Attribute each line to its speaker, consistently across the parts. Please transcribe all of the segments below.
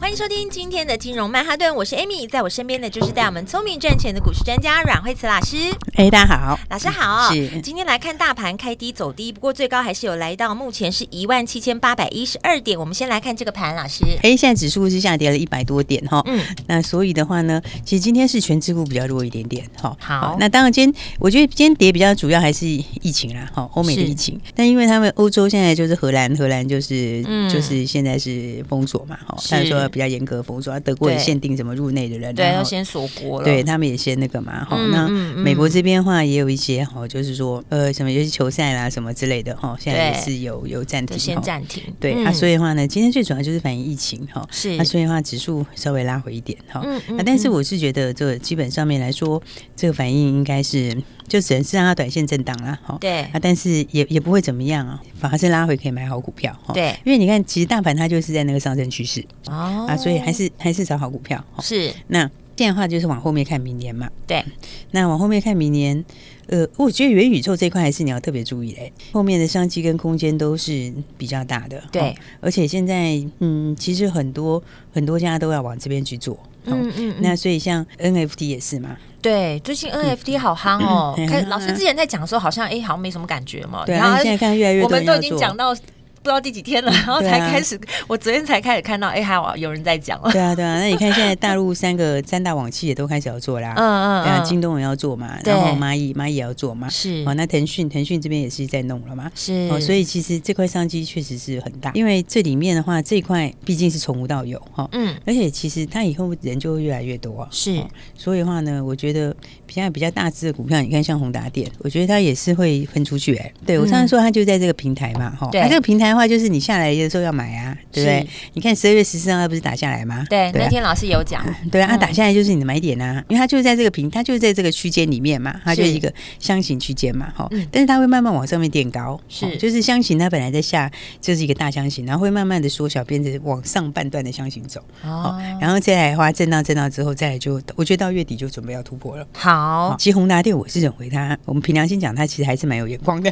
Speaker 1: 欢迎收听今天的金融曼哈顿，我是 Amy，在我身边的就是带我们聪明赚钱的股市专家阮慧慈老师。
Speaker 2: 哎、大家好，
Speaker 1: 老师好，
Speaker 2: 是
Speaker 1: 今天来看大盘开低走低，不过最高还是有来到目前是一万七千八百一十二点。我们先来看这个盘，老师，
Speaker 2: 哎、现在指数是下跌了一百多点哈。
Speaker 1: 嗯，
Speaker 2: 那所以的话呢，其实今天是全指股比较弱一点点哈。
Speaker 1: 好
Speaker 2: 那当然今天我觉得今天跌比较主要还是疫情啦，哈，欧美的
Speaker 1: 是
Speaker 2: 疫情。但因为他们欧洲现在就是荷兰，荷兰就是、
Speaker 1: 嗯
Speaker 2: 就是现在是封锁嘛，哈，
Speaker 1: 是
Speaker 2: 他说比较严格封锁，啊德国也
Speaker 1: 对
Speaker 2: 限定什么入内的人啊，
Speaker 1: 对，
Speaker 2: 哈
Speaker 1: 要先锁国了，
Speaker 2: 对，他们也先那个嘛，哈、
Speaker 1: 嗯
Speaker 2: 那
Speaker 1: 嗯嗯
Speaker 2: 美国这边的话也有一些哈，就是说呃什么就是球赛啦什么之类的哈，现在也
Speaker 1: 对
Speaker 2: 是有有暂
Speaker 1: 就
Speaker 2: 停，
Speaker 1: 先
Speaker 2: 哈
Speaker 1: 暂停，嗯
Speaker 2: 对、啊，所以的话呢，今天最主要就是反映疫情哈，啊
Speaker 1: 是
Speaker 2: 那、所以的话指数稍微拉回一点哈。
Speaker 1: 嗯嗯
Speaker 2: 啊，但是
Speaker 1: 嗯
Speaker 2: 我是觉得，这个基本上面来说，这个反应应该是就只能是让它短线震荡啦，哈。
Speaker 1: 对
Speaker 2: 啊，但是也也不会怎么样啊，反而是拉回可以买好股票哈。
Speaker 1: 对
Speaker 2: 因为你看，其实大盘它就是在那个上升趋势、
Speaker 1: 哦
Speaker 2: 啊，所以还是还是找好股票。哈
Speaker 1: 是
Speaker 2: 那现在的话就是往后面看明年嘛，
Speaker 1: 对，
Speaker 2: 那往后面看明年，呃，我觉得元宇宙这块还是你要特别注意嘞，后面的商机跟空间都是比较大的。
Speaker 1: 对
Speaker 2: 哦而且现在嗯，其实很多很多家都要往这边去做。哦
Speaker 1: 嗯嗯嗯
Speaker 2: 那所以像 NFT 也是嘛，
Speaker 1: 对，最近 NFT 好夯哦。
Speaker 2: 嗯
Speaker 1: 开
Speaker 2: 嗯
Speaker 1: 老师
Speaker 2: 嗯
Speaker 1: 之前在讲的时候，好像哎、好像没什么感觉嘛。
Speaker 2: 对
Speaker 1: 哦然
Speaker 2: 啊，
Speaker 1: 后
Speaker 2: 你现在看越来越
Speaker 1: 我
Speaker 2: 多
Speaker 1: 们
Speaker 2: 人
Speaker 1: 都
Speaker 2: 要
Speaker 1: 已经
Speaker 2: 做。
Speaker 1: 讲到不知道第几天了，然后
Speaker 2: 对
Speaker 1: 才
Speaker 2: 啊
Speaker 1: 开始，我昨天才开始看到，哎、还有有人在讲了。
Speaker 2: 对啊，对啊，那你看现在大陆三个三大网企也都开始要做啦，
Speaker 1: 嗯嗯
Speaker 2: 对啊，
Speaker 1: 嗯，
Speaker 2: 京东也要做嘛，
Speaker 1: 对
Speaker 2: 然后蚂蚁蚂蚁也要做嘛，
Speaker 1: 是
Speaker 2: 哦，那腾讯腾讯这边也是在弄了嘛，
Speaker 1: 是，
Speaker 2: 哦，所以其实这块商机确实是很大，因为这里面的话，这一块毕竟是从无到有哈、哦，
Speaker 1: 嗯
Speaker 2: 而且其实它以后人就会越来越多啊。
Speaker 1: 是
Speaker 2: 哦所以的话呢，我觉得比较比较大只的股票，你看像宏达电，我觉得它也是会分出去哎、对我上次说它就在这个平台嘛，哈、
Speaker 1: 嗯
Speaker 2: 啊
Speaker 1: 对
Speaker 2: 它、这个平台的话，就是你下来的时候要买啊，对不对？你看十二月十四号它不是打下来吗？
Speaker 1: 对，
Speaker 2: 对
Speaker 1: 那
Speaker 2: 啊
Speaker 1: 天老师有讲，
Speaker 2: 对啊，它
Speaker 1: 嗯
Speaker 2: 打下来就是你的买点啊，因为它就是在这个平，它就是在这个区间里面嘛，它就是
Speaker 1: 是
Speaker 2: 一个箱型区间嘛，哈、
Speaker 1: 嗯
Speaker 2: 但是它会慢慢往上面垫高，
Speaker 1: 是
Speaker 2: 哦就是箱型它本来在下，这、是一个大箱型，然后会慢慢的缩小，变成往上半段的箱型走，
Speaker 1: 哦，
Speaker 2: 然后再来的话震荡震荡之后，再来就我觉得到月底就准备要突破了。
Speaker 1: 好
Speaker 2: 哦，其实宏达电我是认为它，我们凭良心讲，它其实还是蛮有眼 光的。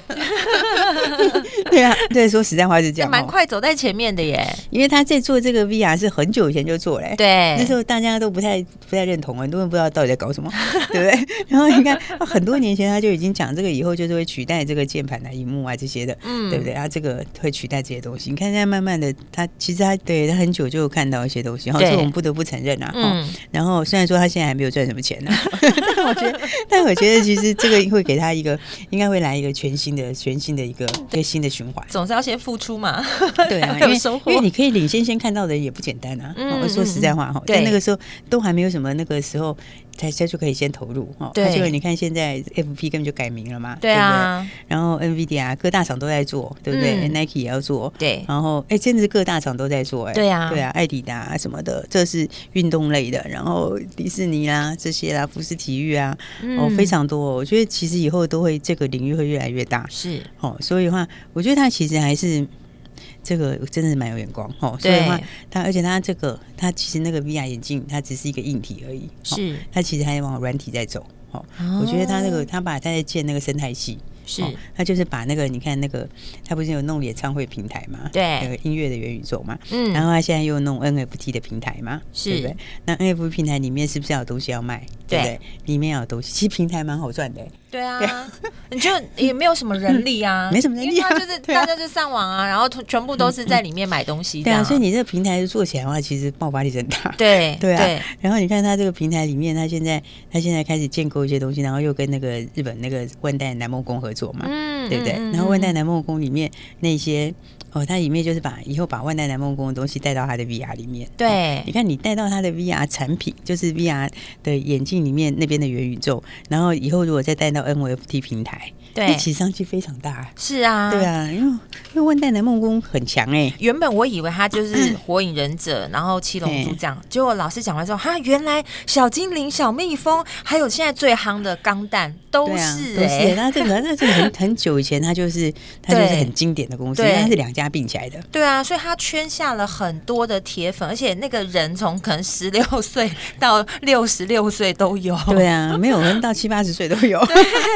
Speaker 2: 对啊，对，说实在话是这
Speaker 1: 这
Speaker 2: 样，
Speaker 1: 哎蛮
Speaker 2: 哦，
Speaker 1: 快走在前面的耶，
Speaker 2: 因为他在做这个 VR 是很久以前就做嘞、欸
Speaker 1: 对，
Speaker 2: 哦那时候大家都不太不太认同，很多人不知道到底在搞什么， 对不 对？然后你看，啊很多年前他就已经讲这个以后就是会取代这个键盘啊、荧幕啊这些的，
Speaker 1: 嗯
Speaker 2: 对不对？啊，这个会取代这些东西。你看现在慢慢的，他其实他对他很久就有看到一些东西，然后
Speaker 1: 对
Speaker 2: 这我们不得不承认啊。哈
Speaker 1: 嗯
Speaker 2: 然后虽然说他现在还没有赚什么钱 呢、但我觉得，但我觉得其实这个会给他一个，应该会来一个全新的、全新的一个一个新的循环。
Speaker 1: 总是要先付出嘛，
Speaker 2: 对啊，
Speaker 1: 才
Speaker 2: 因
Speaker 1: 会
Speaker 2: 为
Speaker 1: 有收获
Speaker 2: 因为你可以领先先看到的人也不简单啊。
Speaker 1: 嗯
Speaker 2: 我说实在话哈，
Speaker 1: 对
Speaker 2: 在那个时候都还没有什么，那个时候才才就可以先投入哈。
Speaker 1: 对
Speaker 2: 那就你看现在 FP 根本就改名了嘛，
Speaker 1: 对啊，
Speaker 2: 不对然后 NVIDIA 各大厂都在做，对不对
Speaker 1: 嗯
Speaker 2: ？Nike 也要做。
Speaker 1: 对
Speaker 2: 然后，哎，真的是各大厂都在做，哎，
Speaker 1: 对啊
Speaker 2: 对啊，艾迪达啊什么的，这是运动类的，然后迪士尼啦、这些啦，服饰体育啊，哦，
Speaker 1: 嗯
Speaker 2: 非常多哦。我觉得其实以后都会这个领域会越来越大，
Speaker 1: 是
Speaker 2: 哦，所以的话，我觉得他其实还是这个真的是蛮有眼光哦。所以的话
Speaker 1: 对，
Speaker 2: 他而且他这个他其实那个 VR 眼镜，它只是一个硬体而已，哦、
Speaker 1: 是，
Speaker 2: 它其实还往软体在走。哦，我觉得他那个他把他在建那个生态系，
Speaker 1: 是
Speaker 2: 哦，他就是把那个你看那个他不是有弄演唱会平台嘛，
Speaker 1: 对
Speaker 2: 那个音乐的元宇宙嘛，
Speaker 1: 嗯
Speaker 2: 然后他现在又弄 NFT 的平台嘛，
Speaker 1: 是
Speaker 2: 对不对？那 NFT 平台里面是不是要有东西要卖？对不
Speaker 1: 对
Speaker 2: 对？里面要有东西，其实平台蛮好赚的、
Speaker 1: 对啊， 你就也没有什么人力啊，
Speaker 2: 没什么人力啊
Speaker 1: 因为他就是
Speaker 2: 对啊
Speaker 1: 大家就上网啊，然后全全部都是在里面买东西这
Speaker 2: 对
Speaker 1: 样，
Speaker 2: 啊，所以你这个平台做起来的话，其实爆发力真大。
Speaker 1: 对
Speaker 2: 对啊，然后你看它这个平台里面，它现在它现在开始建构一些东西，然后又跟那个日本那个万代南梦宫合作嘛，
Speaker 1: 嗯
Speaker 2: 对不对？
Speaker 1: 嗯嗯
Speaker 2: 然后万代南梦宫里面那些哦，它里面就是把以后把万代南梦宫的东西带到它的 VR 里面。哦
Speaker 1: 对
Speaker 2: 你，看你带到它的 VR 产品，就是 VR 的眼镜里面那边的元宇宙，然后以后如果再带到 NFT 平台，
Speaker 1: 对
Speaker 2: 一起商机非常大。
Speaker 1: 是啊，
Speaker 2: 对。啊，因为因为万代南梦宫很强哎、
Speaker 1: 原本我以为他
Speaker 2: 嗯
Speaker 1: 就是火影忍者，然后七龙珠这样，结果老师讲完之后，哈，原来小精灵、小蜜蜂，还有现在最夯的钢弹都
Speaker 2: 对啊，
Speaker 1: 是
Speaker 2: 都是欸
Speaker 1: 哎，
Speaker 2: 那这个那这个 很很久以前，它就是它就是
Speaker 1: 对
Speaker 2: 很经典的公司，因
Speaker 1: 对
Speaker 2: 为它是两家并起来的。
Speaker 1: 对啊，所以他圈下了很多的铁粉，而且那个人从可能十六岁到六十六岁都有，
Speaker 2: 对啊，没有人到七八十岁都有。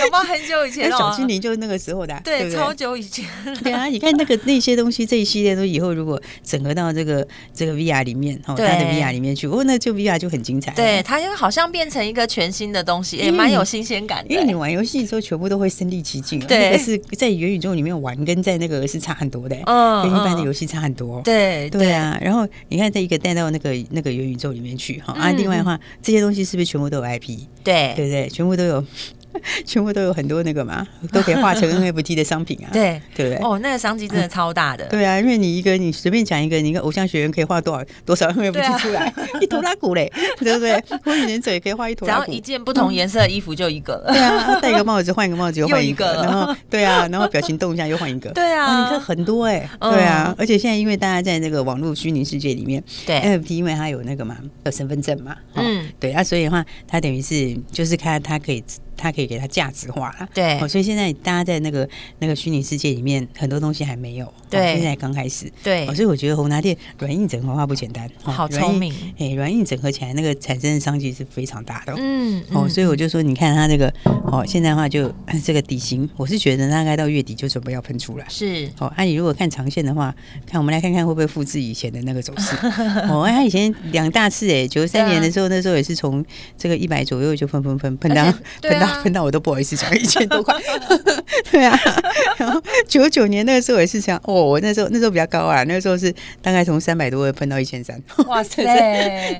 Speaker 1: 搞不好很久以前
Speaker 2: 那
Speaker 1: 哦
Speaker 2: 小精灵就是那个时候的啊、
Speaker 1: 对，
Speaker 2: 不
Speaker 1: 超久以 前，
Speaker 2: 对啊，你看那个那些东西，这一系列都以后如果整合到这个这个 VR 里面，哦，它
Speaker 1: 对
Speaker 2: 的 VR 里面去，哦，那就 VR 就很精彩。
Speaker 1: 对，它又好像变成一个全新的东西，也蛮有新鲜感的欸
Speaker 2: 因为你玩游戏的时候，全部都会身临其境、啊，
Speaker 1: 对
Speaker 2: 那个是在元宇宙里面玩，跟在那个是差很多的、
Speaker 1: 嗯
Speaker 2: 跟一般的
Speaker 1: 嗯
Speaker 2: 游戏差很多。哦
Speaker 1: 对
Speaker 2: 对啊，然后你看这一个带到那个那个元宇宙里面去哈、啊，
Speaker 1: 嗯哎
Speaker 2: 另外的话，这些东西是不是全部都有 IP，对
Speaker 1: 对
Speaker 2: 不对？啊全部都有， 全部都有很多那个嘛，都可以化成 NFT 的商品啊，
Speaker 1: 对
Speaker 2: 对不对？
Speaker 1: 哦，那个商机真的超大的，
Speaker 2: 对啊，因为你一个你随便讲一个，你一个偶像学员可以画多少多少 NFT 出 来，一坨拉骨嘞，对不对？火影忍者也可以画一坨
Speaker 1: 只
Speaker 2: 拉
Speaker 1: 要
Speaker 2: 骨
Speaker 1: 一。件不同颜色的衣服就一个了。
Speaker 2: 对啊，戴一个帽子换一个帽子又换一个，
Speaker 1: 又一个了
Speaker 2: 然后对啊，然后表情动一下又换一个，
Speaker 1: 对啊
Speaker 2: 哇你看很多哎、
Speaker 1: 嗯
Speaker 2: 对啊，而且现在因为大家在那个网络虚拟世界里面
Speaker 1: 对，
Speaker 2: ，NFT 因为它有那个嘛，有身份证嘛，哦、
Speaker 1: 嗯，
Speaker 2: 对啊，所以的话，它等于是就是看它可以，它可以给它价值化啦。
Speaker 1: 对
Speaker 2: 哦，所以现在大家在那个那个虚拟世界里面，很多东西还没有，哦
Speaker 1: 对
Speaker 2: 现在刚开始。
Speaker 1: 对
Speaker 2: 哦，所以我觉得红拿店软硬整合化不简单，哦
Speaker 1: 好
Speaker 2: 软硬
Speaker 1: 聪明
Speaker 2: 哎，软硬整合起来那个产生的商机是非常大的哦。
Speaker 1: 嗯，
Speaker 2: 哦，
Speaker 1: 嗯
Speaker 2: 所以我就说，你看它这个，哦，现在的话就这个底薪，我是觉得大概到月底就准备要喷出来。
Speaker 1: 是
Speaker 2: 哦，那、你如果看长线的话，看我们来看看会不会复制以前的那个走势。哦，哎，他以前两大次哎，九
Speaker 1: 对
Speaker 2: 三
Speaker 1: 啊
Speaker 2: 年的时候，那时候也是从这个一百左右就喷喷喷喷到
Speaker 1: 而且对
Speaker 2: 喷
Speaker 1: 啊
Speaker 2: 到喷到我都不好意思讲一千多块。 对啊，然后九九年那个时候也是这样，哦，我那时候那时候比较高啊，那时候是大概从三百多喷到一千三。
Speaker 1: 哇塞，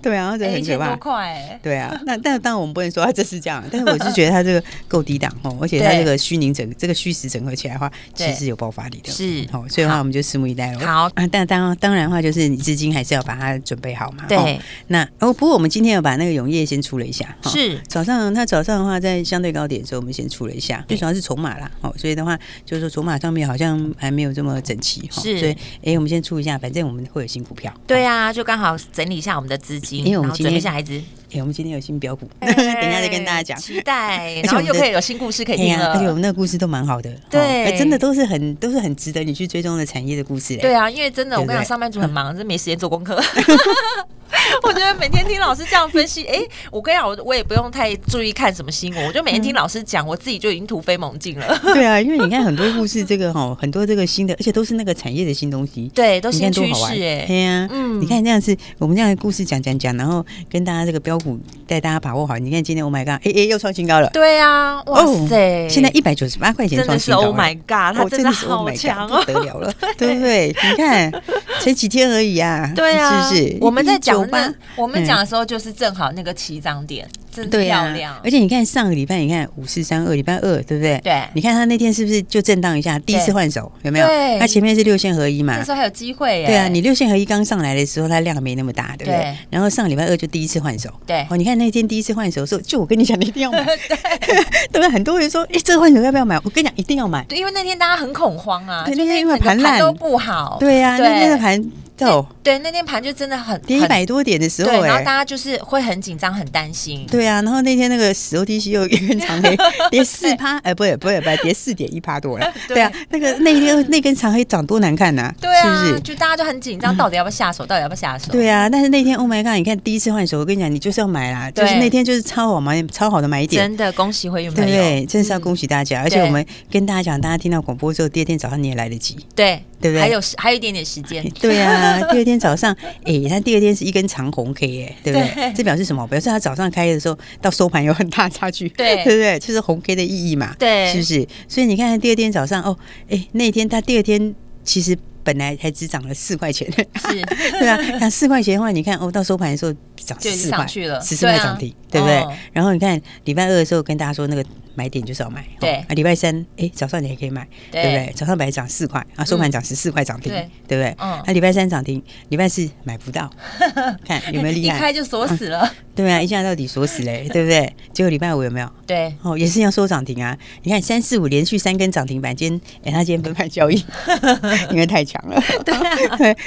Speaker 2: 对啊，这
Speaker 1: 哎
Speaker 2: 很
Speaker 1: 一
Speaker 2: 可
Speaker 1: 千
Speaker 2: 怕
Speaker 1: 多。块，欸
Speaker 2: 对啊， 那但当然我们不能说它这是这样，啊但是我是觉得它这个够抵挡哦，而且它
Speaker 1: 对
Speaker 2: 这个虚拟整这个虚实整合起来的话，其
Speaker 1: 对
Speaker 2: 实有爆发力的。
Speaker 1: 是
Speaker 2: 哦，所以的话我们就拭目以待了。
Speaker 1: 好
Speaker 2: 啊，但当当然的话，就是你资金还是要把它准备好嘛。哦
Speaker 1: 对，
Speaker 2: 那哦，不过我们今天有把那个永业先出了一下，哦
Speaker 1: 是
Speaker 2: 早上它早上的话在相对高点的时候，我们先出了一下，最主要是筹码啦，哦，所以的话就是说筹码上面好像还没有这么整齐，哦
Speaker 1: 是
Speaker 2: 所以哎，我们先出一下，反正我们会有新股票，哦
Speaker 1: 对啊，就刚好整理一下我们的资金，
Speaker 2: 因为我们
Speaker 1: 然后
Speaker 2: 今
Speaker 1: 准备
Speaker 2: 天
Speaker 1: 下一支，
Speaker 2: 哎，我们今天有新标股， 等一下再跟大家讲
Speaker 1: 哎。期待，
Speaker 2: 而且
Speaker 1: 然后
Speaker 2: 我们
Speaker 1: 又
Speaker 2: 的
Speaker 1: 可以有新故事可以
Speaker 2: 哎
Speaker 1: 听
Speaker 2: 呀，而且我
Speaker 1: 了。
Speaker 2: 们那个故事都蛮好的，
Speaker 1: 对
Speaker 2: 哎真的都是很都是很值得你去追踪的产业的故事、哎
Speaker 1: 对啊，因为真的，我
Speaker 2: 对
Speaker 1: 跟
Speaker 2: 不
Speaker 1: 你讲，
Speaker 2: 对
Speaker 1: 上班族很 忙，真没时间做功课。 我觉得每天听老师这样分 析，哎、我跟你讲，我我也不用太注意看什么新闻，我就每天听老师讲，我自己就已经突飞猛进了。
Speaker 2: 对啊，因为你看很多故事，这个哦哈，很多这个新的，而且都是那个产业的新东西。
Speaker 1: 对，都
Speaker 2: 你
Speaker 1: 新
Speaker 2: 看多
Speaker 1: 趋
Speaker 2: 好
Speaker 1: 势
Speaker 2: 玩，
Speaker 1: 哎，
Speaker 2: 对呀、
Speaker 1: 嗯
Speaker 2: 你看这样子，我们这样的故事讲讲讲，然后跟大家这个标股带大家把握好。你看今天 Oh my God，哎哎又创新高了，
Speaker 1: 对啊，哇塞，
Speaker 2: 哦现在一百九十八块钱
Speaker 1: 真
Speaker 2: 创
Speaker 1: 的是
Speaker 2: 新高
Speaker 1: Oh
Speaker 2: 了。
Speaker 1: my God，他
Speaker 2: 哦
Speaker 1: 真的
Speaker 2: 是 Oh
Speaker 1: 好
Speaker 2: my God，
Speaker 1: 强哦。
Speaker 2: 不得了了，对不对？你看， 才几天而已啊，
Speaker 1: 对啊，
Speaker 2: 是不是？
Speaker 1: 我们在讲
Speaker 2: 198
Speaker 1: 那我们讲的时候，就是正好那个起涨点，真
Speaker 2: 嗯对
Speaker 1: 漂
Speaker 2: 呀，
Speaker 1: 亮。
Speaker 2: 而且你看上个礼拜，你看五四三二，礼拜二对不对？
Speaker 1: 对
Speaker 2: 你看他那天是不是就震荡一下，第一次换手有没有
Speaker 1: 对？
Speaker 2: 他前面是六线合一嘛
Speaker 1: 那？时候还有机会耶。
Speaker 2: 对啊，你六线合一刚上来的时候，它量没那么大，对不
Speaker 1: 对
Speaker 2: 对？然后上礼拜二就第一次换手，
Speaker 1: 对
Speaker 2: 哦，你看那天第一次换手的时候，就我跟你讲，你一定 要买，对不 对？很多人说，哎，这个换手要不要买？我跟你讲，一定要买。
Speaker 1: 对，因为那天大家很恐慌啊，
Speaker 2: 对
Speaker 1: 就是
Speaker 2: 那天因为
Speaker 1: 整个
Speaker 2: 盘烂
Speaker 1: 都不好。
Speaker 2: 对呀，那
Speaker 1: 对
Speaker 2: 天的盘哦，
Speaker 1: 对，那天盘就真的很
Speaker 2: 跌一
Speaker 1: 很
Speaker 2: 百多点的时候，
Speaker 1: 对，然后
Speaker 2: 哎。
Speaker 1: 大家就是会很紧张、很担心。
Speaker 2: 对啊，然后那天那个石油 T C 又一根长 黑，跌四趴，哎，不对，不对，不对，跌四点一趴多了。
Speaker 1: 对
Speaker 2: 对啊，那个那一根那根长黑长多难看呐、
Speaker 1: 对啊，
Speaker 2: 是不是？
Speaker 1: 就大家就很紧张，到底要不要下手？到底要不要下手？
Speaker 2: 对啊，但是那天 Oh my God，你看第一次换手，我跟你讲，你就是要买啦，
Speaker 1: 对
Speaker 2: 就是那天就是超好买，超好的买点。
Speaker 1: 真的恭喜会员
Speaker 2: 对
Speaker 1: 朋
Speaker 2: 不
Speaker 1: 友，
Speaker 2: 对？真是要恭喜大家！而且
Speaker 1: 对
Speaker 2: 我们跟大家讲，大家听到广播之后，第二天早上你也来得及。
Speaker 1: 对
Speaker 2: 对不对
Speaker 1: 还有时还有一点点时 间，
Speaker 2: 对啊，第二天 早上，哎，它第二天是一根长红 K，耶，对不
Speaker 1: 对
Speaker 2: 对？这表示什么？表示它早上开的时候到收盘有很大差距，
Speaker 1: 对
Speaker 2: 对不对？就是红 K 的意义嘛，
Speaker 1: 对
Speaker 2: 是不是？所以你看第二天早上，哦，哎，那天它第二天其实本来才只涨了四块钱，
Speaker 1: 是
Speaker 2: 对啊，那四块钱的话，你看哦，到收盘的时候涨
Speaker 1: 就已经
Speaker 2: 四
Speaker 1: 上
Speaker 2: 块，
Speaker 1: 去了
Speaker 2: 十四
Speaker 1: 对啊
Speaker 2: 块涨停，对不对
Speaker 1: 哦？
Speaker 2: 然后你看礼拜二的时候跟大家说那个买点就是要买。
Speaker 1: 对
Speaker 2: 哦啊，礼拜三哎早上你还可以买，
Speaker 1: 对
Speaker 2: 对
Speaker 1: 嗯
Speaker 2: 不对？早上本来涨四块，啊收盘涨十四块涨停，
Speaker 1: 对
Speaker 2: 对不对？
Speaker 1: 嗯
Speaker 2: 那礼拜三涨停，礼拜四买 不到，看有没有
Speaker 1: 一
Speaker 2: 厉
Speaker 1: 开
Speaker 2: 害？
Speaker 1: 就锁死了。
Speaker 2: 对啊，一下到底锁死嘞，对不对？结果礼拜五有没有？
Speaker 1: 对，
Speaker 2: 哦，也是要收涨停啊！你看三四五连续三根涨停板，今天哎、它今 天分盘交易， 因为太强了， 对、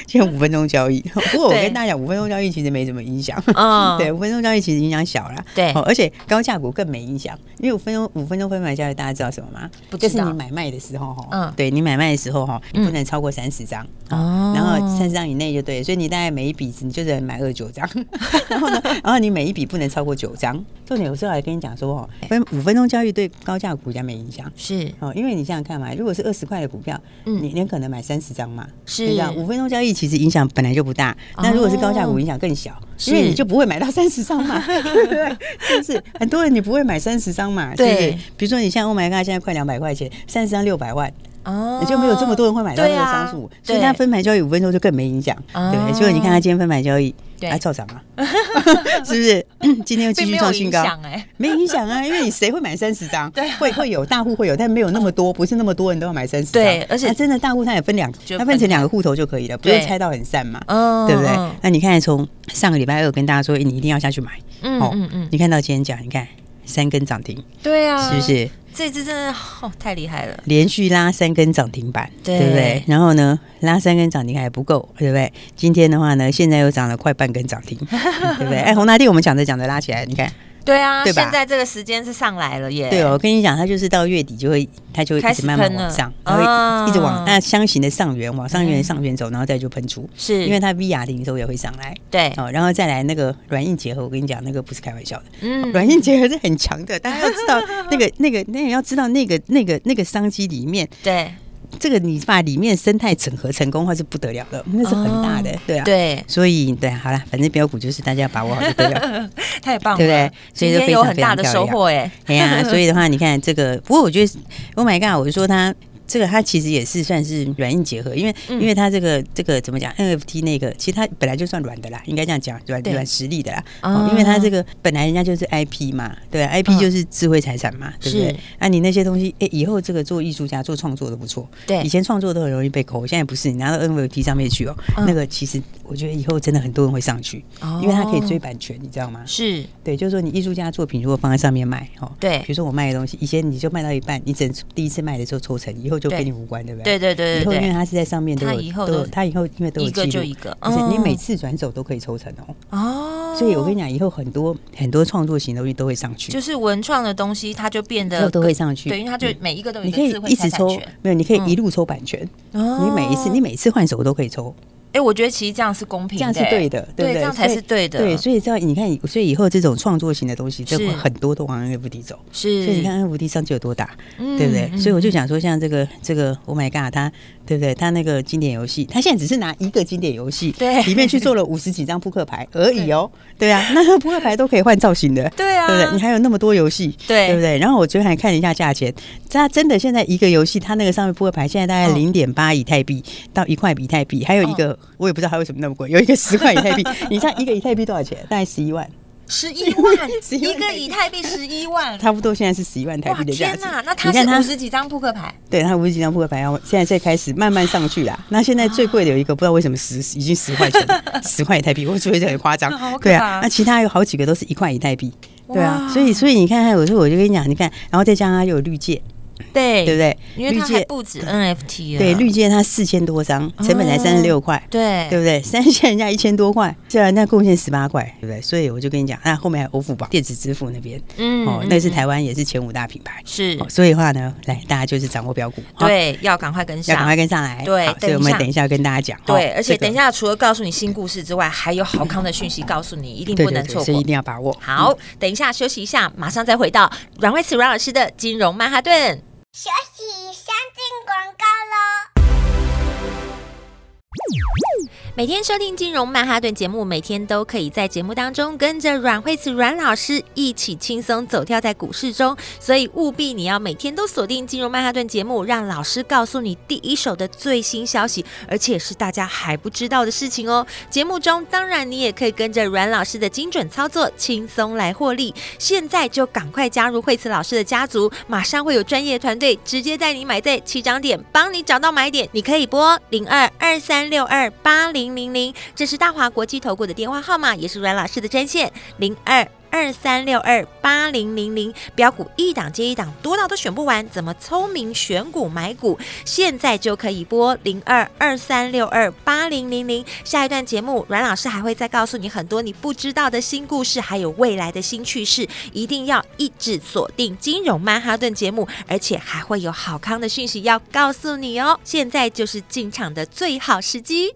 Speaker 2: 今天五分钟交易。不 过我
Speaker 1: 啊对
Speaker 2: 跟大家讲，五分钟交易其实没什么影响，
Speaker 1: 嗯
Speaker 2: 对，五分钟交易其实影响小啦，
Speaker 1: 对
Speaker 2: 哦，而且高价股更没影响，因为五分钟五分钟分盘交易，大家知道什么吗？
Speaker 1: 不
Speaker 2: 就
Speaker 1: 知
Speaker 2: 是你
Speaker 1: 道
Speaker 2: 买卖的时候哈，
Speaker 1: 嗯
Speaker 2: 对你买卖的时候哈，你不能超过三十张，
Speaker 1: 哦
Speaker 2: 然后三十张以内就对了，所以你大概每一笔你就只能买二十九张， 然后呢，然后你每一笔不能超过九张。重点有时候还跟你讲说哦，分五分钟交易对高价股价没影响。
Speaker 1: 是
Speaker 2: 哦，因为你想想看嘛，如果是二十块的股票，
Speaker 1: 嗯
Speaker 2: 你你可能买三十张嘛，
Speaker 1: 是
Speaker 2: 你知道五分钟交易其实影响本来就不大，
Speaker 1: 哦
Speaker 2: 那如果是高价股影响更小，因为
Speaker 1: 是
Speaker 2: 你就不会买到三十 张嘛，对不对？是不是？很多人你不会买三十张嘛，是不是
Speaker 1: 对？
Speaker 2: 比如说你像 Oh my God，现在快两百块钱，三十张六百万，
Speaker 1: 哦
Speaker 2: 也就没有这么多人会买到这
Speaker 1: 对
Speaker 2: 个
Speaker 1: 啊
Speaker 2: 张数，所
Speaker 1: 对
Speaker 2: 以它分盘交易五分钟就更没影响，
Speaker 1: 哦
Speaker 2: 对不对？所以你看它今天分盘交易，
Speaker 1: 对
Speaker 2: 啊，照涨啊， 是不是？ 今天又继
Speaker 1: 并
Speaker 2: 续
Speaker 1: 没
Speaker 2: 创
Speaker 1: 有
Speaker 2: 新
Speaker 1: 影
Speaker 2: 高。
Speaker 1: 响啊哎，
Speaker 2: 没影响啊，因为你谁会买三十 张？对，会会有大户会有，但没有那么多，不是那么多人都要买三十张。啊
Speaker 1: 对而且
Speaker 2: 那真的大户他也分两，
Speaker 1: 就
Speaker 2: 他分成两个户头就可以了，不
Speaker 1: 对
Speaker 2: 用拆到很散嘛，
Speaker 1: 嗯
Speaker 2: 对不对
Speaker 1: 嗯？
Speaker 2: 那你看从上个礼拜二跟大家说，诶你一定要下去买，
Speaker 1: 嗯
Speaker 2: 哦
Speaker 1: 嗯嗯，
Speaker 2: 你看到今天讲，你看三根涨停，
Speaker 1: 对啊，
Speaker 2: 是不？是
Speaker 1: 这次真的哦太厉害了，
Speaker 2: 连续拉三根涨停板，
Speaker 1: 对
Speaker 2: 不对？然后呢，拉三根涨停还不够，对不对？今天的话呢，现在又涨了快半根 涨停，对不对？哎，红大地我们讲着讲着拉起来，你看。
Speaker 1: 对啊，
Speaker 2: 对吧
Speaker 1: 现在这个时间是上来了耶，
Speaker 2: 对，哦我跟你讲，它就是到月底就会，它就会一
Speaker 1: 开
Speaker 2: 直
Speaker 1: 始
Speaker 2: 慢慢
Speaker 1: 喷
Speaker 2: 往
Speaker 1: 了
Speaker 2: 上，然后
Speaker 1: 啊
Speaker 2: 一直往那箱型的上缘，往上缘
Speaker 1: 嗯
Speaker 2: 上缘走，然后再就喷出，
Speaker 1: 是
Speaker 2: 因为它 VR 零售也会上来。
Speaker 1: 对，
Speaker 2: 哦，然后再来那个软硬结合，我跟你讲，那个不是开玩笑的，
Speaker 1: 嗯，
Speaker 2: 软硬结合是很强的。大家要知道那个、那个、那个，要知道那个、那个、那个商机里面，
Speaker 1: 对
Speaker 2: 这个你把里面生态整合成功的话是不得了的，那是很大的，哦对啊。
Speaker 1: 哦对，
Speaker 2: 所以对啊，好啦，反正标股就是大家把握好就对了。
Speaker 1: 太棒了，
Speaker 2: 对不对所
Speaker 1: 今
Speaker 2: 以就
Speaker 1: 天
Speaker 2: 非
Speaker 1: 有
Speaker 2: 常
Speaker 1: 很大的
Speaker 2: 非常漂
Speaker 1: 收
Speaker 2: 亮
Speaker 1: 获哎，
Speaker 2: 哎呀，所以的话，你看这个，不过我觉得，Oh my God，我就说它这个它其实也是算是软硬结合，因为、
Speaker 1: 嗯
Speaker 2: 因为它这个这个怎么讲，NFT 那个其实它本来就算软的啦，应该这样讲，软
Speaker 1: 对
Speaker 2: 软实力的啦、
Speaker 1: 啊
Speaker 2: 哦，因为它这个本来人家就是 IP 嘛，对、i 啊 p
Speaker 1: 嗯
Speaker 2: 就是智慧财产嘛，对不
Speaker 1: 是
Speaker 2: 对？啊，你那些东西，哎，以后这个做艺术家做创作都不错，
Speaker 1: 对
Speaker 2: 以前创作都很容易被扣，现在不是，你拿到 NFT 上面去哦，
Speaker 1: 嗯哦
Speaker 2: 那个其实我觉得以后真的很多人会上去，因为它可以追版权，你知道吗？
Speaker 1: 是，
Speaker 2: 对，就是说你艺术家作品如果放在上面卖，哦，
Speaker 1: 对
Speaker 2: 比如说我卖的东西，以前你就卖到一半，你整第一次卖的时候抽成，以后就
Speaker 1: 对
Speaker 2: 跟你无关，对不对？
Speaker 1: 对对对
Speaker 2: 以后
Speaker 1: 对
Speaker 2: 因为
Speaker 1: 对，
Speaker 2: 它是在上面都
Speaker 1: 它
Speaker 2: 有，
Speaker 1: 以后
Speaker 2: 都有
Speaker 1: 都
Speaker 2: 它以后因为都有
Speaker 1: 一个
Speaker 2: 记
Speaker 1: 就
Speaker 2: 录
Speaker 1: 一个
Speaker 2: 而且你
Speaker 1: 嗯
Speaker 2: 每次转手都可以抽成哦。
Speaker 1: 哦，
Speaker 2: 所以我跟你讲，以后很多很多创作型的东西都会上去，
Speaker 1: 就是文创的东西，它就变
Speaker 2: 以后
Speaker 1: 得
Speaker 2: 都会上去。
Speaker 1: 对，因为它就每一个都有
Speaker 2: 你
Speaker 1: 一
Speaker 2: 可
Speaker 1: 个
Speaker 2: 以
Speaker 1: 智慧
Speaker 2: 一直
Speaker 1: 财产
Speaker 2: 抽
Speaker 1: 权。，
Speaker 2: 没有，你可以
Speaker 1: 嗯
Speaker 2: 一路抽版权。
Speaker 1: 哦
Speaker 2: 你每一次，你每次换手都可以抽，
Speaker 1: 哎，我觉得其实这样是公平
Speaker 2: 这
Speaker 1: 的，
Speaker 2: 样是对的，对不对？
Speaker 1: 这样才
Speaker 2: 所以
Speaker 1: 是对的，
Speaker 2: 对，所以这样你看，所以以后这种创作型的东西，这
Speaker 1: 是
Speaker 2: 会很多都往 NFT 走。
Speaker 1: 是，
Speaker 2: 所以你看 NFT 上就有多大。
Speaker 1: 嗯，
Speaker 2: 对不对？
Speaker 1: 嗯
Speaker 2: 所以我就想说，像这个这个 Oh my God，他对不对？他那个经典游戏，他现在只是拿一个经典游戏，
Speaker 1: 对
Speaker 2: 里面去做了五十几张扑克牌而已哦。对啊，那个扑克牌都可以换造型的，
Speaker 1: 对啊，
Speaker 2: 对不对？你还有那么多游戏，
Speaker 1: 对
Speaker 2: 对不对？然后我昨天还看了一下价钱，它真的现在一个游戏，它那个上面扑克牌现在大概
Speaker 1: 嗯
Speaker 2: 零点八以太币到一块比太币，还有
Speaker 1: 哦
Speaker 2: 一个我也不知道它为什么那么贵，有 一个十块以太币，你像一个以太币多少钱？大概十一万，
Speaker 1: 十一万
Speaker 2: 11
Speaker 1: 一个
Speaker 2: 万
Speaker 1: 以太币十一 万，
Speaker 2: 差不多现在是十一万台币的价
Speaker 1: 天
Speaker 2: 值。
Speaker 1: 那它
Speaker 2: 你看
Speaker 1: 是
Speaker 2: 它
Speaker 1: 五十几张扑克牌，
Speaker 2: 对，它五十几张扑克牌，然后现在再开始慢慢 上去啦。那现在最贵的有一个，不知道为什么十已经十块钱了，十块以太币，我觉得很夸张
Speaker 1: 好可。怕
Speaker 2: 对啊，那其他有好几个都是一块以太币。对啊，
Speaker 1: 哇
Speaker 2: 所以所以你看看，我说我就跟你讲，你看，然后再加上它又有绿界，
Speaker 1: 对
Speaker 2: 对不对？
Speaker 1: 因为
Speaker 2: 绿
Speaker 1: 它还
Speaker 2: 界
Speaker 1: 不止 NFT 了，
Speaker 2: 对绿界它四千多张，成本才
Speaker 1: 哦
Speaker 2: 三十六块。
Speaker 1: 对
Speaker 2: 对不 对？三线人家一千多块，虽然那贡献十八块，对不对？所以我就跟你讲，那后面还有欧付宝电子支付那边，
Speaker 1: 嗯
Speaker 2: 哦，那是台湾也是前五大品牌，
Speaker 1: 是
Speaker 2: 哦，所以的话呢，来大家就是掌握标股，好
Speaker 1: 对，要赶快跟
Speaker 2: 要赶
Speaker 1: 上
Speaker 2: 快。跟上来。
Speaker 1: 对
Speaker 2: 好所以我
Speaker 1: 等一
Speaker 2: 们
Speaker 1: 下
Speaker 2: 等一下跟大家讲。
Speaker 1: 对，
Speaker 2: 哦
Speaker 1: 而且
Speaker 2: 这个
Speaker 1: 等一下，除了告诉你新故事之外，还有好康的讯息告诉你，一定
Speaker 2: 对
Speaker 1: 不
Speaker 2: 对
Speaker 1: 能
Speaker 2: 对
Speaker 1: 错
Speaker 2: 所以一
Speaker 1: 过。
Speaker 2: 定要把握。嗯
Speaker 1: 好，等一下休息一下，马上再回到阮慧慈阮老师的金融曼哈顿。
Speaker 3: 学习先进广告喽。
Speaker 1: 每天收听《金融曼哈顿》节目，每天都可以在节目当中跟着阮慧慈阮老师一起轻松走跳在股市中，所以务必你要每天都锁定《金融曼哈顿》节目，让老师告诉你第一手的最新消息，而且是大家还不知道的事情哦。节目中当然你也可以跟着阮老师的精准操作，轻松来获利。现在就赶快加入慧慈老师的家族，马上会有专业团队直接带你买在起涨点，帮你找到买点。你可以拨零二二三六二八零零零，这是大华国际投顾的电话号码，也是阮老师的专线零二。二三六二八零零零，标股一档接一档，多到都选不完，怎么聪明选股买股？现在就可以拨零二二三六二八零零零。下一段节目，阮老师还会再告诉你很多你不知道的新故事，还有未来的新趋势，一定要一直锁定《金融曼哈顿》节目，而且还会有好康的讯息要告诉你哦。现在就是进场的最好时机。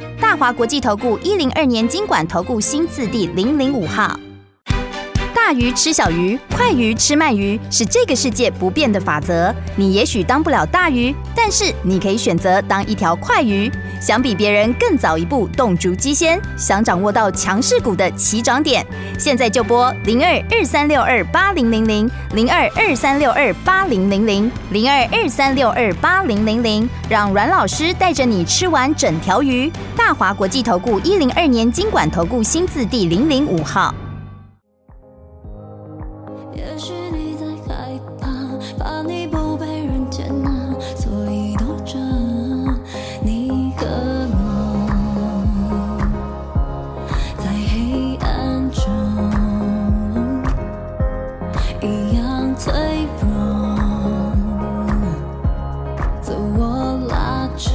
Speaker 4: 大华国际投顾一零二年经管投顾新字第零零五号。大鱼吃小鱼，快鱼吃慢鱼，是这个世界不变的法则。你也许当不了大鱼，但是你可以选择当一条快鱼。想比别人更早一步动足机先，想掌握到强势股的起涨点，现在就拨零二二三六二八零零零零二二三六二八零零零零二二三六二八零零零，让阮老师带着你吃完整条鱼。大华国际投顾一零二年经管投顾新字第零零五号。
Speaker 5: 也许你在害怕，怕你不被人接纳，所以躲着你和我，在黑暗中一样脆弱，自我拉扯。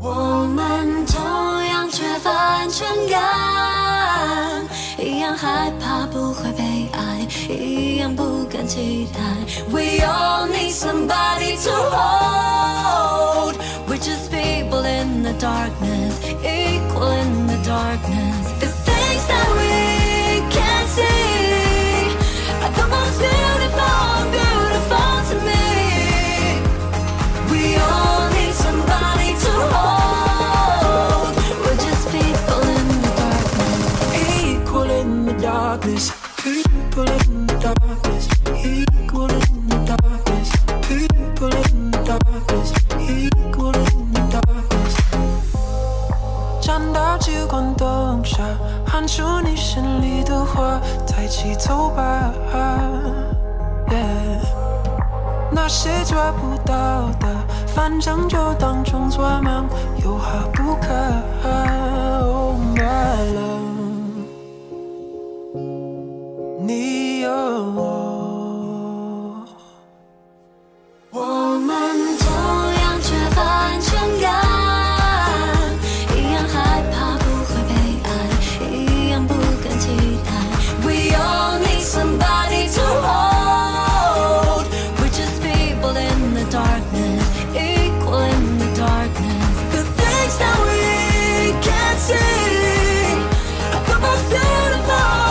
Speaker 5: 我们同样缺乏安全感，一样害怕不会被爱，一样不敢期待。We all need somebody to hold. We're just people in the darkness, equal in the darkness. The things that we can't see are the most beautiful, beautiful to me. We all need somebody to hold. We're just people in the darkness, equal in the darkness, people in the darkness, equal in the darkness, people in the darkness, equal in the darkness.
Speaker 6: 站到极光灯下，喊出你心里的话，抬起头吧。Yeah 那些抓不到的，反正就当成做梦，有何不可？Oh my love，你有我。
Speaker 5: 我们同样缺乏安全感，一样害怕不会被爱，一样不敢期待。We all need somebody to hold. We're just people in the darkness, equal in the darkness. The things that we can't see are the most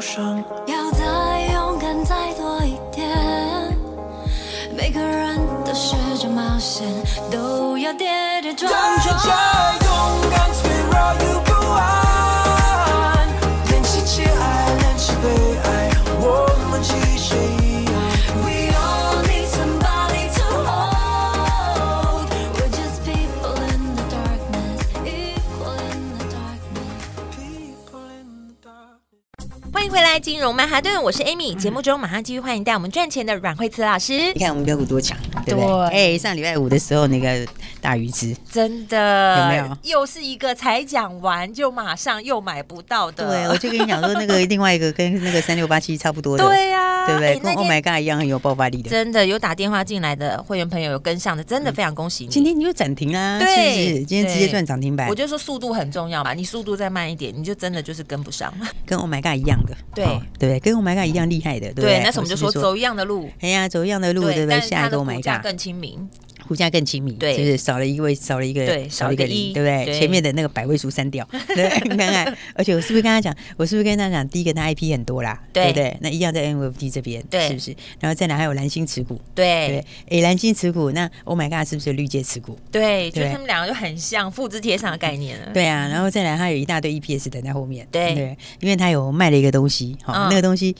Speaker 7: 伤。
Speaker 5: 要再勇敢再多一点。每个人都试着冒险，都要跌跌撞
Speaker 7: 大
Speaker 5: 撞。
Speaker 7: 家勇敢，脆弱又不安，练习起爱，练习被爱，我们其实一样。
Speaker 5: We all need somebody to hold. We're just people in the darkness, equal in the darkness.
Speaker 7: People in the dark.
Speaker 3: 欢迎回来，金融曼哈顿，我是 Amy。节目中马上继续欢迎带我们赚钱的阮慧慈老 师
Speaker 2: 你。看我们标股多强，对不对？哎、上礼拜五的时候那个大鱼汁，
Speaker 1: 真的
Speaker 2: 有没有
Speaker 1: 又是一个才讲完就马上又买不到的？
Speaker 2: 对，我就跟你讲说，那个另外一个跟那个三六八七差不多的，
Speaker 1: 对呀、
Speaker 2: 对不对？
Speaker 1: 哎
Speaker 2: 跟
Speaker 1: 那
Speaker 2: Oh my
Speaker 1: 天
Speaker 2: God 一样很有爆发力的。
Speaker 1: 真的有打电话进来的会员朋友有跟上的，真的非常恭喜你。
Speaker 2: 嗯今天你就涨停啦，
Speaker 1: 对
Speaker 2: 是不是？今天直接
Speaker 1: 对
Speaker 2: 赚涨停板
Speaker 1: 我，就说速度很重要嘛，你速度再慢一点，你就真的就是跟不上。
Speaker 2: 跟 Oh my God 一样的，
Speaker 1: 对
Speaker 2: 哦对不对？跟 Oh my God 一样厉害的，对不
Speaker 1: 对
Speaker 2: 对？，
Speaker 1: 那时候我们就说
Speaker 2: 是不是
Speaker 1: 走一样的路，
Speaker 2: 哎呀，走一样的路，对不对？
Speaker 1: 但是
Speaker 2: 下
Speaker 1: 它
Speaker 2: 一
Speaker 1: 的
Speaker 2: 个 Oh
Speaker 1: 股
Speaker 2: my
Speaker 1: 价
Speaker 2: God，
Speaker 1: 更亲民，
Speaker 2: 股价更亲密，
Speaker 1: 对
Speaker 2: 是不是少了一位，少了一个，
Speaker 1: 对
Speaker 2: 少了一个
Speaker 1: 少了一
Speaker 2: 零，
Speaker 1: 个
Speaker 2: 对不对？
Speaker 1: 对
Speaker 2: 前面的那个百位数删掉， 对，你看看，而且我是不是跟他讲，我是不是跟他讲，第一个他 IP 很多啦，
Speaker 1: 对
Speaker 2: 不对？那一样在 NFT 这边，
Speaker 1: 对
Speaker 2: 是不是？然后再来还有蓝星持股，对
Speaker 1: 对
Speaker 2: 不对，哎，蓝星持股，那 Oh my God，是不是有绿界持股？
Speaker 1: 对，就
Speaker 2: 对
Speaker 1: 他们两个就很像复制贴上的概念了。
Speaker 2: 对啊，然后再来他有一大堆 EPS 等在后面，
Speaker 1: 嗯对
Speaker 2: 因为他有卖了一个东西，哈、
Speaker 1: 嗯
Speaker 2: 那个东西。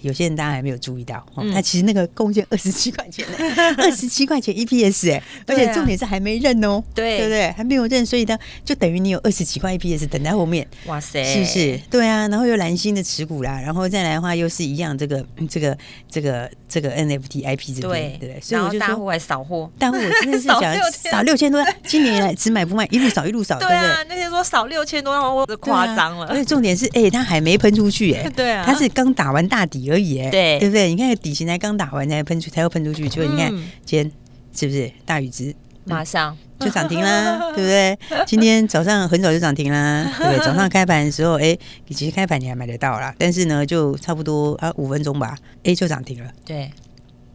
Speaker 2: 有些人大家还没有注意到，哦
Speaker 1: 嗯
Speaker 2: 他其实那个贡献二十七 块钱呢，二十七块钱 EPS 哎，而
Speaker 1: 对
Speaker 2: 且
Speaker 1: 啊
Speaker 2: 重点是还没认哦，
Speaker 1: 对
Speaker 2: 对不对？还没有认，所以呢，就等于你有二十几块 EPS 等在后面，
Speaker 1: 哇塞，
Speaker 2: 是不是？对啊，然后又蓝星的持股啦，然后再来的话又是一样这个嗯这个这个这个 NFT IP 这边，
Speaker 1: 对
Speaker 2: 对不对？所以
Speaker 1: 然
Speaker 2: 我
Speaker 1: 后
Speaker 2: 就
Speaker 1: 大户
Speaker 2: 说，
Speaker 1: 还扫货，
Speaker 2: 但我真的是
Speaker 1: 少
Speaker 2: 讲
Speaker 1: 六千
Speaker 2: 少六千多，今年以来只买不卖，一路少一路少，对
Speaker 1: 对
Speaker 2: 不对
Speaker 1: 啊？，那天说少六千多，我这
Speaker 2: 对啊
Speaker 1: 夸张了
Speaker 2: 而。且重点是，哎、它还没喷出去、哎，
Speaker 1: 对啊
Speaker 2: 它是刚打完大底而已、哎，
Speaker 1: 对
Speaker 2: 对不对？你看底型才刚打完，才喷出，才要喷出去，就你看、
Speaker 1: 嗯
Speaker 2: 今天是不是大禹值
Speaker 1: 马上
Speaker 2: 就涨停 啦，对不对？今天早上很早就涨停啦，对不对？早上开盘的时候，哎、其实开盘你还买得到啦，但是呢，就差不多啊五分钟吧，哎、就涨停了，
Speaker 1: 对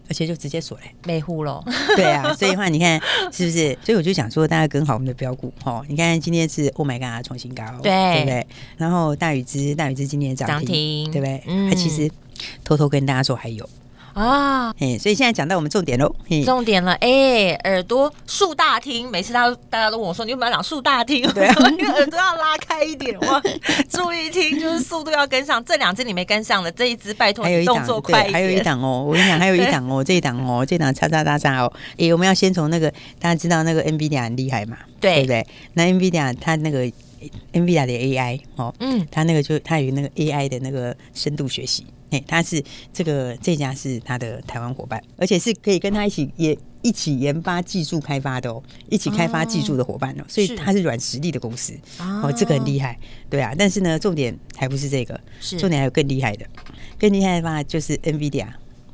Speaker 2: 而且就直接锁嘞、
Speaker 1: 没户 喽，
Speaker 2: 对啊，所以的话你看是不是？所以我就想说，大家跟好我们的标股哦。你看今天是 Oh my God 创新高，
Speaker 1: 对
Speaker 2: 不对？然后大禹之大禹之今天也涨
Speaker 1: 涨停
Speaker 2: 对不对？
Speaker 1: 嗯
Speaker 2: 它其实偷偷跟大家说还有，
Speaker 1: 啊。
Speaker 2: 嘿，所以现在讲到我们重点喽，嘿，
Speaker 1: 重点了，哎、耳朵竖大听，每次大家大家都问我说，你有没有讲竖大听？对、
Speaker 2: 啊
Speaker 1: 因为耳朵要拉开一点，哇， 注意听，就是速度要跟上。这两只你没跟上的，这一只拜托
Speaker 2: 还有
Speaker 1: 你
Speaker 2: 一
Speaker 1: 动
Speaker 2: 档
Speaker 1: 作快
Speaker 2: 对，
Speaker 1: 一
Speaker 2: 还有一
Speaker 1: 点。
Speaker 2: 档哦，我跟你讲，还有一档哦，这一档哦，这一档叉叉叉叉哦。诶，我们要先从那个大家知道那个 NVIDIA 很厉害嘛，对
Speaker 1: 对
Speaker 2: 不对？那 NVIDIA 它那个 NVIDIA 的 AI 哦，
Speaker 1: 嗯，
Speaker 2: 它那个就它有那个 AI 的那个深度学习，哎，它是这个这家是它的台湾伙伴，而且是可以跟他一起也一起研发技术开发的哦，一起开发技术的伙伴哦，所以
Speaker 1: 是
Speaker 2: 它是软实力的公司哦
Speaker 1: 啊，
Speaker 2: 这个很厉害，对啊，但是呢，重点还不是这个，
Speaker 1: 是
Speaker 2: 重点还有更厉害的，更厉害的话就是 NVIDIA，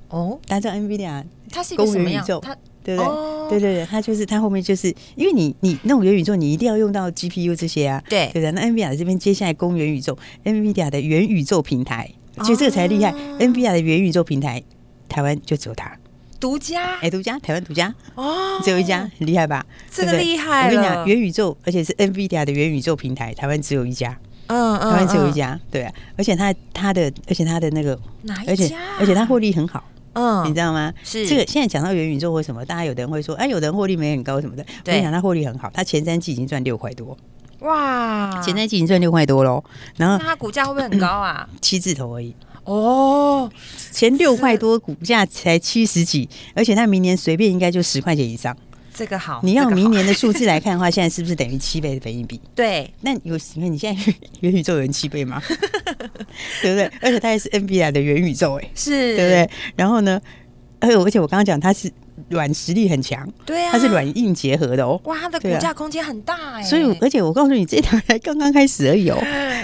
Speaker 1: 哦，
Speaker 2: 大家知道 NVIDIA
Speaker 1: 它是一个
Speaker 2: 公
Speaker 1: 什么
Speaker 2: 元宇
Speaker 1: 样？
Speaker 2: 宙
Speaker 1: 它，
Speaker 2: 对不对？
Speaker 1: 哦
Speaker 2: 对对对，它就是它后面就是因为你你那种元宇宙，你一定要用到 GPU 这些啊，
Speaker 1: 对
Speaker 2: 对的。那 NVIDIA 这边接下来公元宇宙，NVIDIA 的元宇宙平台，所以这个才厉害、n
Speaker 1: 哦
Speaker 2: v i d i a 的元宇宙平台，台湾就只有它，
Speaker 1: 独家
Speaker 2: 哎，独家，台湾独家，
Speaker 1: 哦，
Speaker 2: 只有一家，很厉害吧？
Speaker 1: 这个
Speaker 2: 对不对
Speaker 1: 厉害
Speaker 2: 我跟你
Speaker 1: 了
Speaker 2: 讲，元宇宙，而且是 NVIDIA 的元宇宙平台，台湾只有一家，
Speaker 1: 嗯嗯
Speaker 2: 台湾只有一
Speaker 1: 嗯
Speaker 2: 家，对啊。而且它它的，而且它的那个，
Speaker 1: 哪一
Speaker 2: 而且
Speaker 1: 家？
Speaker 2: 而且它获利很好。
Speaker 1: 嗯，
Speaker 2: 你知道吗？
Speaker 1: 是
Speaker 2: 这个现在讲到元宇宙或什么，大家有的人会说，哎，有的人获利没很高什么的。我
Speaker 1: 对
Speaker 2: 跟你讲，他获利很好，他前三季已经赚六块多，
Speaker 1: 哇，
Speaker 2: 前三季已经赚六块多喽。然
Speaker 1: 啊那
Speaker 2: 后
Speaker 1: 它股价会不会很高 啊？
Speaker 2: 七字头而已，
Speaker 1: 哦，
Speaker 2: 前六块多股价才七十几，而且他明年随便应该就十块钱以上。
Speaker 1: 这个好，
Speaker 2: 你
Speaker 1: 哦
Speaker 2: 要
Speaker 1: 这个好
Speaker 2: 明年的数字来看的话，现在是不是等于七倍的本益比？
Speaker 1: 对
Speaker 2: 那有请问你现在元宇宙有人七倍吗？ 对不对？而且它也是 NBI 的元宇宙、哎，
Speaker 1: 是，
Speaker 2: 对不对？然后呢，而且而且我刚刚讲它是软实力很强，
Speaker 1: 对啊，
Speaker 2: 它是软硬结合的哦。
Speaker 1: 哇，它的
Speaker 2: 对
Speaker 1: 股
Speaker 2: 啊
Speaker 1: 价空间很大哎、
Speaker 2: 所以我，而且我告诉你，这条才刚刚开始 而已哦。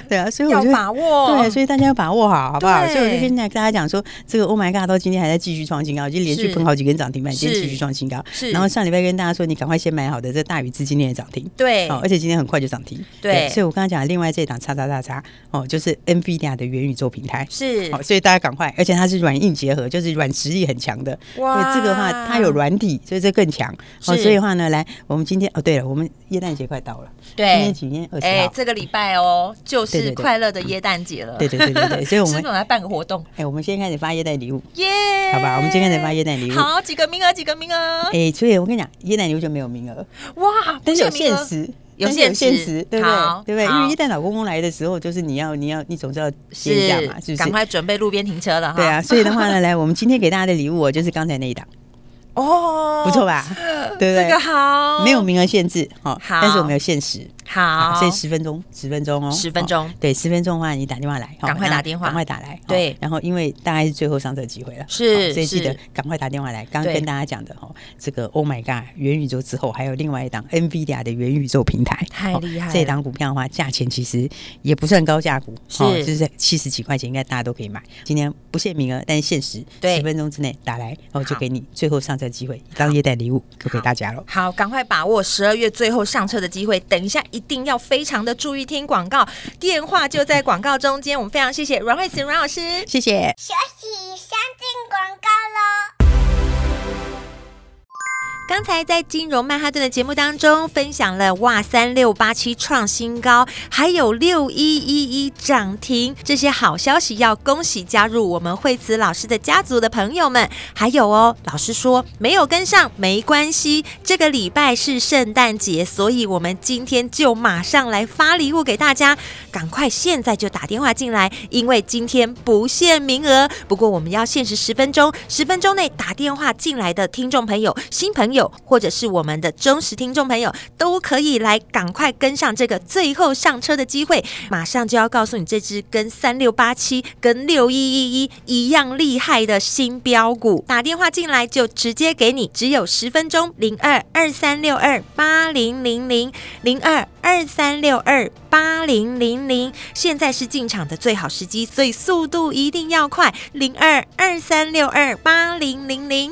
Speaker 2: 对啊，所以我
Speaker 1: 要
Speaker 2: 就
Speaker 1: 把握，
Speaker 2: 对，啊所以大家要把握好，好不好？
Speaker 1: 对
Speaker 2: 所以我就跟大家讲说，这个 Oh my God，到今天还在继续创新高，已经连续
Speaker 1: 是
Speaker 2: 喷好几根涨停板，今天
Speaker 1: 是
Speaker 2: 继续创新高。
Speaker 1: 是
Speaker 2: 然后上礼拜跟大家说，你赶快先买好的，这大禹资今天也涨停。
Speaker 1: 对
Speaker 2: 哦，而且今天很快就涨停。
Speaker 1: 对
Speaker 2: 所以我刚刚讲的另外这一档叉叉叉叉哦，就是 NVIDIA 的元宇宙平台。
Speaker 1: 是
Speaker 2: 好，所以大家赶快，而且它是软硬结合，就是软实力很强的。
Speaker 1: 哇
Speaker 2: 对这个的话，它有有软体，所以这更强。哦，
Speaker 8: 是
Speaker 2: 所以的话呢，来，我们今天哦，对了，我们耶诞节快到了，今
Speaker 8: 对
Speaker 2: 天，几天二十
Speaker 8: 哎、
Speaker 2: 号，
Speaker 8: 这个礼拜哦，就
Speaker 2: 对
Speaker 8: 是
Speaker 2: 对对
Speaker 8: 快乐的耶诞节了。
Speaker 2: 对对对对 对，所以我
Speaker 8: 是不
Speaker 2: 们
Speaker 8: 是我们来办个活动，
Speaker 2: 哎，我们先开始发耶诞礼物，
Speaker 8: 耶、
Speaker 2: 好吧？我们先开始发耶诞礼物。
Speaker 8: 好，几个名额？几个名额？
Speaker 2: 哎，所以我跟你讲，耶诞礼物就没有名额，
Speaker 8: 哇，
Speaker 2: 但是有
Speaker 8: 不名
Speaker 2: 限
Speaker 8: 额，
Speaker 2: 时。
Speaker 8: 有
Speaker 2: 但是有
Speaker 8: 限
Speaker 2: 限
Speaker 8: 时
Speaker 2: 时，对不
Speaker 8: 好
Speaker 2: 对？对不对？因
Speaker 8: 好
Speaker 2: 为耶诞老公公来的时候，就是你要你要你总是要接一下嘛，是
Speaker 8: 是，
Speaker 2: 不
Speaker 8: 赶
Speaker 2: 是？
Speaker 8: 快准备路边停车了哈。
Speaker 2: 对啊，，所以的话呢，来，我们今天给大家的礼物哦，就是刚才那 一档，
Speaker 8: 哦，
Speaker 2: 不错，吧？对不
Speaker 8: 这
Speaker 2: 对
Speaker 8: 个？好，
Speaker 2: 没有名额限制，好，
Speaker 8: 好
Speaker 2: 但是我们有限时，
Speaker 8: 好，
Speaker 2: 所以十分钟，十分钟哦，
Speaker 8: 10分钟
Speaker 2: 哦对，十分钟的话，你打电话来，哦
Speaker 8: 赶快
Speaker 2: 然后
Speaker 8: 打电话
Speaker 2: 赶快打来，哦
Speaker 8: 对
Speaker 2: 然后因为大概是最后上车机会了，
Speaker 8: 是
Speaker 2: 哦所以记得
Speaker 8: 是
Speaker 2: 赶快打电话来。刚
Speaker 8: 对
Speaker 2: 刚跟大家讲的哦，这个 Oh my God，元宇宙之后还有另外一档 NVIDIA 的元宇宙平台，
Speaker 8: 太
Speaker 2: 哦
Speaker 8: 厉害了
Speaker 2: 这档股票的话，价钱其实也不算高价股，哦
Speaker 8: 是
Speaker 2: 就是七十几块钱，应该大家都可以买。今天不限名额，但是限时，
Speaker 8: 对
Speaker 2: 十分钟之内打来，哦，就
Speaker 8: 好
Speaker 2: 给你最后上车机会，当夜带礼物就给大家了。
Speaker 8: 好，赶快把握十二月最后上车的机会。等一下，一定要非常的注意听广告，电话就在广告中间。我们非常谢谢阮慧慈阮老师。
Speaker 2: 谢谢。
Speaker 1: 刚才在金融曼哈顿的节目当中分享了，哇，三六八七创新高，还有六一一一涨停，这些好消息要恭喜加入我们惠慈老师的家族的朋友们。还有哦，老师说没有跟上没关系，这个礼拜是圣诞节，所以我们今天就马上来发礼物给大家，赶快现在就打电话进来，因为今天不限名额，不过我们要限时十分钟，十分钟内打电话进来的听众朋友、新朋友，或者是我们的忠实听众朋友，都可以来赶快跟上这个最后上车的机会。马上就要告诉你这只跟三六八七、跟六一一一一样厉害的新标股，打电话进来就直接给你，只有十分钟，零二二三六二八零零零零二二三六二八零零零。现在是进场的最好时机，所以速度一定要快，零二二三六二八零零零。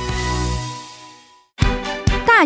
Speaker 4: 大